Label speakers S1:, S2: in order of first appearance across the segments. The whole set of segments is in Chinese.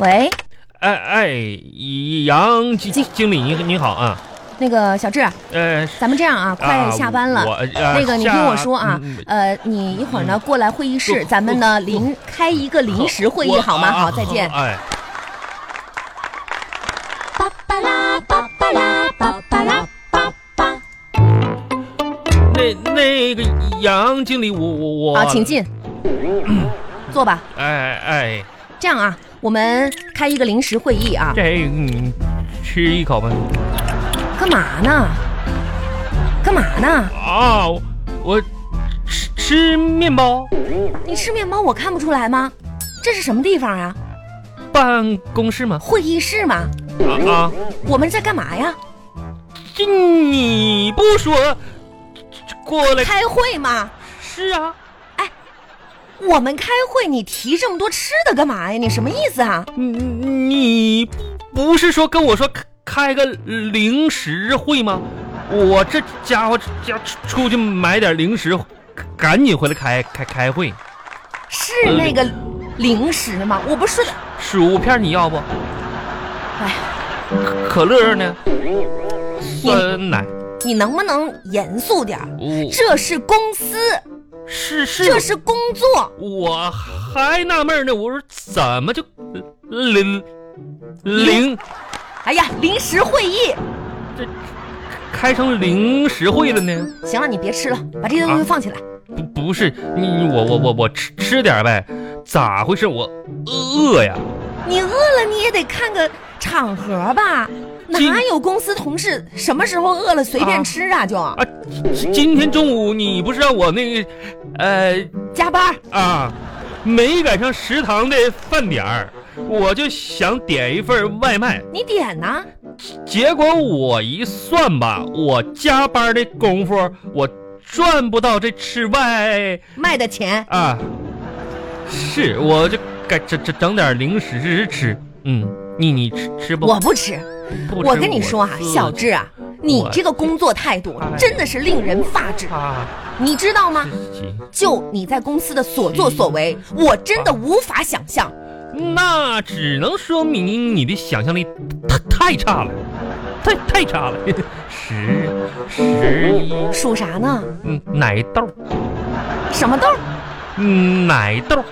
S1: 喂，
S2: 哎哎，杨经经理，你你好啊，
S1: 那个小志，
S2: 呃，
S1: 咱们这样啊，快下班了。
S2: 我呃
S1: 那个，你听
S2: 下
S1: 我说啊
S2: 嗯，
S1: 呃，你一会儿呢过来会议室，
S2: 嗯
S1: 咱们呢临开一个临时会议
S2: 我
S1: 好吗？
S2: 啊
S1: 好，再见。
S2: 哎。
S3: 巴巴拉巴巴拉巴巴拉巴巴。
S2: 那那个杨经理，我我我，
S1: 好，啊请。进，坐吧。
S2: 哎哎，
S1: 这样啊，我们开一个临时会议啊，
S2: 这嗯，吃一口吧。
S1: 干嘛呢？干嘛呢？
S2: 啊，我我吃吃面包，
S1: 你吃面包我看不出来吗？这是什么地方啊？
S2: 办公室吗？
S1: 会议室吗？
S2: 啊啊，
S1: 我们在干嘛呀？
S2: 这你不说，过来
S1: 开会吗？
S2: 是啊。
S1: 我们开会，你提这么多吃的干嘛呀？你什么意思啊？
S2: 你你不是说跟我说开开个零食会吗？我这家伙家出去买点零食，赶紧回来开开开会。
S1: 是那个零食吗？我不是说的，
S2: 薯片你要不？
S1: 哎，
S2: 可可乐呢？酸奶。
S1: 你能不能严肃点儿？
S2: 我
S1: 这是公司，
S2: 是是，
S1: 这是工作，
S2: 我还纳闷呢，我说怎么就零零
S1: 哎呀，临时会议。
S2: 开成零食会了呢？
S1: 行了，你别吃了，把这些东西
S2: 啊
S1: 放起来。
S2: 不不是你我我我我吃吃点呗，咋回事？我饿呀！
S1: 你饿了你也得看个场合吧，
S2: 今
S1: 哪有公司同事什么时候饿了随便吃啊？就
S2: 啊，今今天中午你不是让我那个，呃
S1: 加班儿，
S2: 啊，没赶上食堂的饭点儿，我就想点一份外卖，
S1: 你点呢？
S2: 结果我一算吧，我加班的功夫我赚不到这吃外
S1: 卖的钱
S2: 啊，是我就该整整整点零食吃，嗯，你你吃吃不？
S1: 我不吃。
S2: 不吃
S1: 我跟你说啊，
S2: 自
S1: 小志啊，你
S2: 我
S1: 这个工作态度
S2: 哎
S1: 真的是令人发指，
S2: 啊，
S1: 你知道吗？
S2: 自己
S1: 就你在公司的所作所为，我真的无法想象。
S2: 那只能说明你的想象力太太差了，太太差了。 十十一，
S1: 属啥呢？
S2: 嗯，奶豆，
S1: 什么豆儿？
S2: 嗯，奶豆，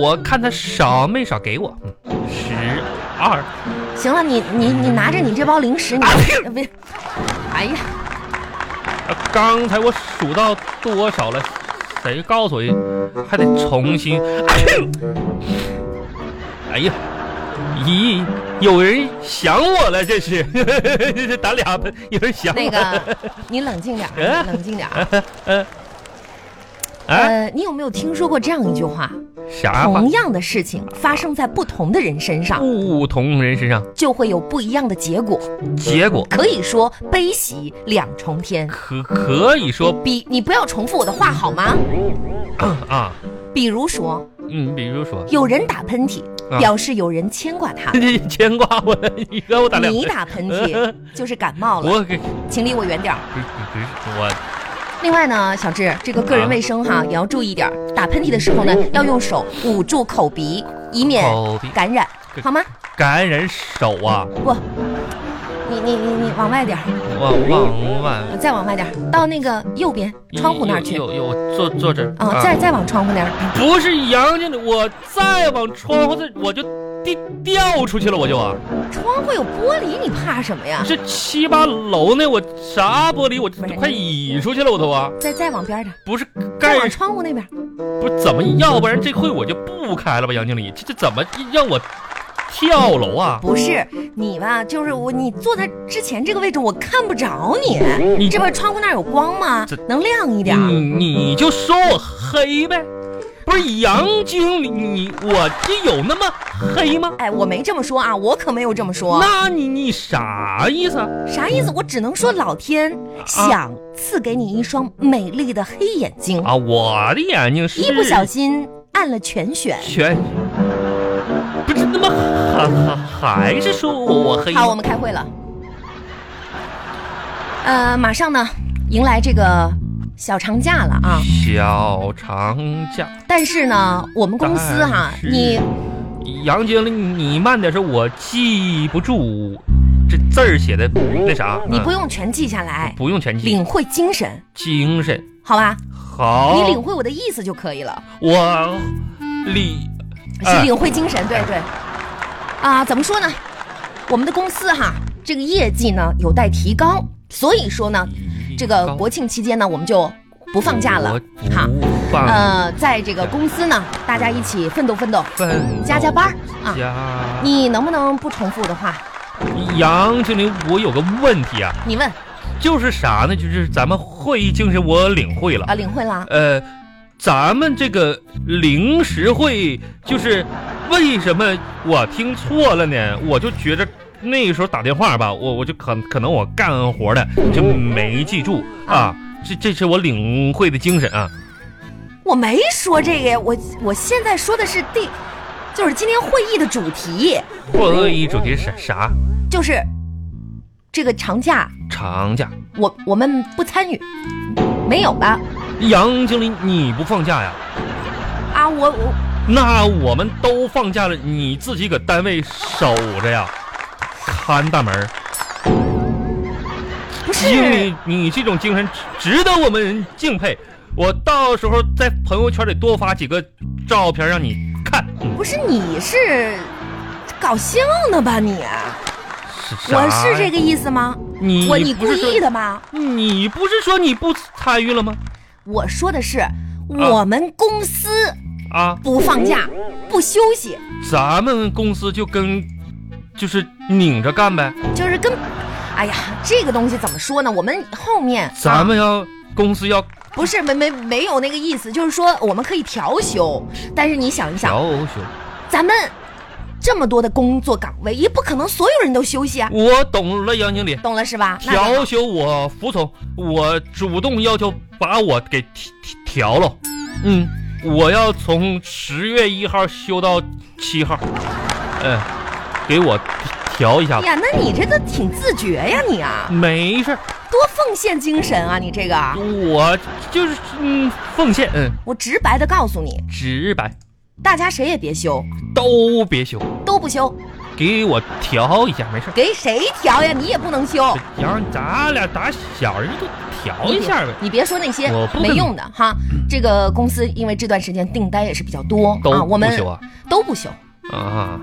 S2: 我看他少没少给我。嗯十二，
S1: 行了，你你你拿着你这包零食，你
S2: 哎
S1: 别，哎呀，
S2: 呃刚才我数到多少了？谁告诉我？还得重新。 哎呀，咦，有人想我了，这是， 这打俩喷，有人想
S1: 那
S2: 我啊
S1: 个， 你冷静点儿，
S2: 哎
S1: 冷静点儿啊。
S2: 哎，
S1: 呃，你有没有听说过这样一句话？
S2: 啥话
S1: 同？样的事情发生在不同的人身上，
S2: 不同人身上，
S1: 就会有不一样的结果。
S2: 结果
S1: 可以说悲喜两重天。
S2: 可可以说
S1: 比你不要重复我的话好吗？
S2: 啊，
S1: 比如说，
S2: 嗯，比如说，
S1: 有人打喷嚏，
S2: 啊。
S1: 表示有人牵挂他
S2: 这牵挂我，你让我打两
S1: 你
S2: 回，
S1: 打喷 嚏就是感冒了，
S2: 我给，不是
S1: 请离我远点儿。
S2: 不是我
S1: 另外呢，小志，这个个人卫生
S2: 嗯
S1: 哈也要注意点儿。打喷嚏的时候呢，要用手捂住口鼻，以免
S2: 口鼻
S1: 感染，好吗？
S2: 感染手啊，
S1: 不，你你你你往外点儿，
S2: 往往往
S1: 再往外点儿，到那个右边窗户那儿去。
S2: 嗯有有有坐坐这儿
S1: 啊，再再往窗户那儿，
S2: 不是杨经理，我再往窗户这我就掉掉出去了，我就啊，
S1: 窗户有玻璃，你怕什么呀？
S2: 这七八楼呢，我啥玻璃我
S1: 啊不是
S2: 快移出去了，我都啊，
S1: 再再往边儿点儿，
S2: 不是
S1: 再
S2: 盖嗯
S1: 往窗户那边儿。
S2: 不是怎么，要不然这会我就不开了吧，杨经理，这这怎么让我跳楼啊？
S1: 不是你吧？就是我，你坐在之前这个位置，我看不着你。
S2: 你
S1: 这边窗户那儿有光吗
S2: 嗯这？
S1: 能亮一点儿。
S2: 你你就说我黑呗，不是杨经理，你我这有那么黑吗？
S1: 哎，我没这么说啊，我可没有这么说。
S2: 那你你啥意思啊？
S1: 啥意思？我只能说老天
S2: 啊
S1: 想赐给你一双美丽的黑眼睛，
S2: 啊，我的眼睛是
S1: 一不小心按了全选。
S2: 全，不是那么还还还是说我我黑？
S1: 好，我们开会了。呃，马上呢，迎来这个小长假了啊。
S2: 小长假，
S1: 但是呢，我们公司哈、
S2: 但是嗯
S1: 你
S2: 杨经理，你慢点，是我记不住这字儿写的那啥。
S1: 你不
S2: 嗯
S1: 用全记下来，
S2: 不用全记，
S1: 领会精神，
S2: 精神
S1: 好吧？
S2: 好。
S1: 你领会我的意思就可以了，
S2: 我理
S1: 是
S2: 哎
S1: 领会精神，对对。啊，怎么说呢？我们的公司哈，这个业绩呢有待提高，所以说呢，这个国庆期间呢，我们就不放假了，哈。
S2: 不放
S1: 呃，在这个公司呢，大家一起奋斗奋斗，
S2: 奋
S1: 加加班儿啊。
S2: 哦加。
S1: 你能不能不重复的话，
S2: 杨经理，我有个问题啊，
S1: 你问
S2: 就是啥呢？就是咱们会议精神我领会了
S1: 啊，，领会了？
S2: 呃，咱们这个临时会就是为什么我听错了呢？我就觉着那时候打电话吧，我我就可可能我干活的就没记住啊，这这是我领会的精神啊。
S1: 我没说这个呀，我我现在说的是第，就是今天会议的主题，
S2: 会议主题是啥？
S1: 就是这个长假，
S2: 长假。
S1: 我我们不参与，没有了
S2: 杨经理，你不放假呀？
S1: 啊，我我
S2: 那我们都放假了，你自己搁单位守着呀，看大门儿。
S1: 不是
S2: 经理，你这种精神值值得我们敬佩。我到时候在朋友圈里多发几个照片让你看。嗯
S1: 不是你是搞笑呢吧你？
S2: 是啥呀
S1: 我是这个，意思吗？
S2: 你
S1: 我你
S2: 不
S1: 故
S2: 是说
S1: 意的吧？
S2: 你不是说你不参与了吗？
S1: 我说的是我们公司
S2: 啊，
S1: 不放假，不休息，
S2: 咱们公司就跟就是拧着干呗。
S1: 就是跟，哎呀，这个东西怎么说呢？我们后面
S2: 咱
S1: 啊
S2: 们要公司要
S1: 不是没没没有那个意思，就是说我们可以调休，但是你想一想，
S2: 调休。
S1: 咱们这么多的工作岗位，也不可能所有人都休息啊，
S2: 我懂了，杨经理。
S1: 懂了是吧？那就
S2: 调
S1: 好
S2: 休我服从，我主动要求把我给调调了。嗯，我要从十月一号休到七号。嗯、给我调一下
S1: 哎
S2: 吧。
S1: 呀，那你这个挺自觉呀，你啊，
S2: 没事儿，
S1: 多奉献精神啊，你这个，
S2: 我就是嗯奉献，嗯
S1: 我直白的告诉你，
S2: 直白，
S1: 大家谁也别休，
S2: 都别休，
S1: 都不休，
S2: 给我调一下，没事儿。
S1: 给谁调呀？你也不能休。
S2: 杨，咱俩打小人就调一下呗。
S1: 你别说那些
S2: 我不
S1: 没
S2: 跟
S1: 用的哈。这个公司因为这段时间订单也是比较多
S2: 都
S1: 啊，我们
S2: 不休啊
S1: 都不休，
S2: 啊，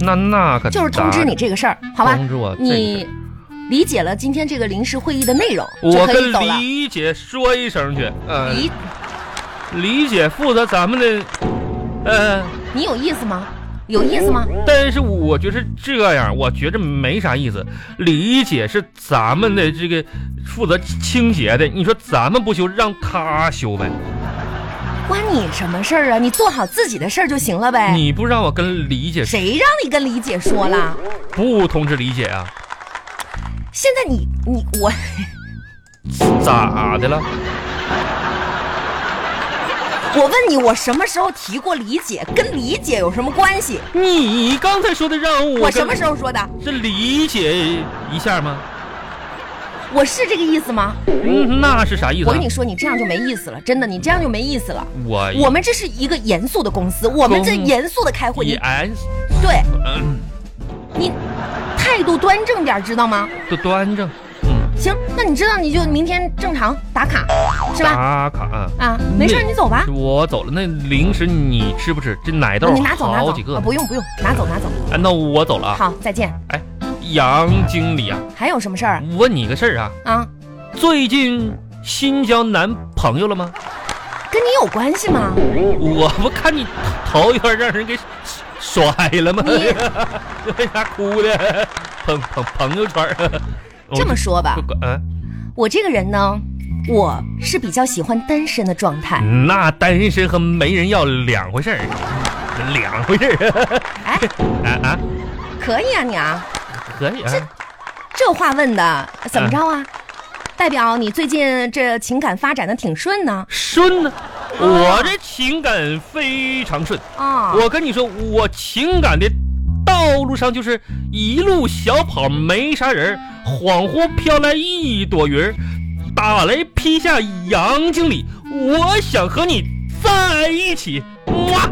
S2: 那那可
S1: 嗯就是通知你，这个事儿，好吧
S2: 通？知我这个事儿
S1: 你理解了今天这个临时会议的内容，就
S2: 我
S1: 可以
S2: 跟
S1: 走了。
S2: 李姐说一声去，呃，
S1: 你
S2: 李姐负责咱们的，呃，
S1: 你有意思吗？有意思吗？
S2: 但是我觉得是这样，我觉着没啥意思。李姐是咱们的这个负责清洁的，你说咱们不修，让她修呗？
S1: 关你什么事儿啊？你做好自己的事儿就行了呗。
S2: 你不让我跟李姐说，
S1: 谁让你跟李姐说了？
S2: 不通知李姐啊？
S1: 现在你你我，
S2: 咋的了？
S1: 我问你，我什么时候提过李姐？跟李姐有什么关系？
S2: 你刚才说的让我
S1: 我什么
S2: 候
S1: 时候说的？
S2: 是李姐一下吗？
S1: 我是这个意思吗？
S2: 嗯，那是啥意思、
S1: 我
S2: 啊
S1: 跟？你说，你这样就没意思了，真的，你这样就没意思了。
S2: 我
S1: 我们这是一个严肃的公司，我们这
S2: 哎公
S1: 严肃的开会，
S2: 也
S1: 你对
S2: 嗯，
S1: 你态度端正点儿，知道吗？
S2: 都端正，嗯。
S1: 行，那你知道你就明天正常打卡，是吧？
S2: 打卡啊
S1: 啊，没事儿，
S2: 那
S1: 你走吧，
S2: 我走了，那零食你吃不吃？这奶豆
S1: 你拿走拿走
S2: 好几，个
S1: 啊
S2: 呢。
S1: 不用不用，拿走拿走。
S2: 哎，那我走了啊。
S1: 好，再见。
S2: 哎，杨经理啊，
S1: 还有什么事儿
S2: 我问你个事儿啊，
S1: 啊？
S2: 最近新交男朋友了吗？
S1: 跟你有关系吗？
S2: 我不看你头一段让人给甩了吗？
S1: 你
S2: 为啥哭的？朋朋朋友圈儿，
S1: 这么说吧
S2: 我，就啊？
S1: 我这个人呢，我是比较喜欢单身的状态。
S2: 那单身和没人要两回事儿，两回事儿。
S1: 哎，
S2: 啊啊，
S1: 可以啊你啊，
S2: 可以啊。
S1: 这话问的怎么着啊？代表你最近这情感发展的挺顺呢
S2: 顺呢、我这情感非常顺。
S1: 啊、
S2: 我跟你说，我情感的道路上就是一路小跑，没啥人儿，恍惚飘来一朵云儿，打雷劈下杨经理，我想和你在一起，哇！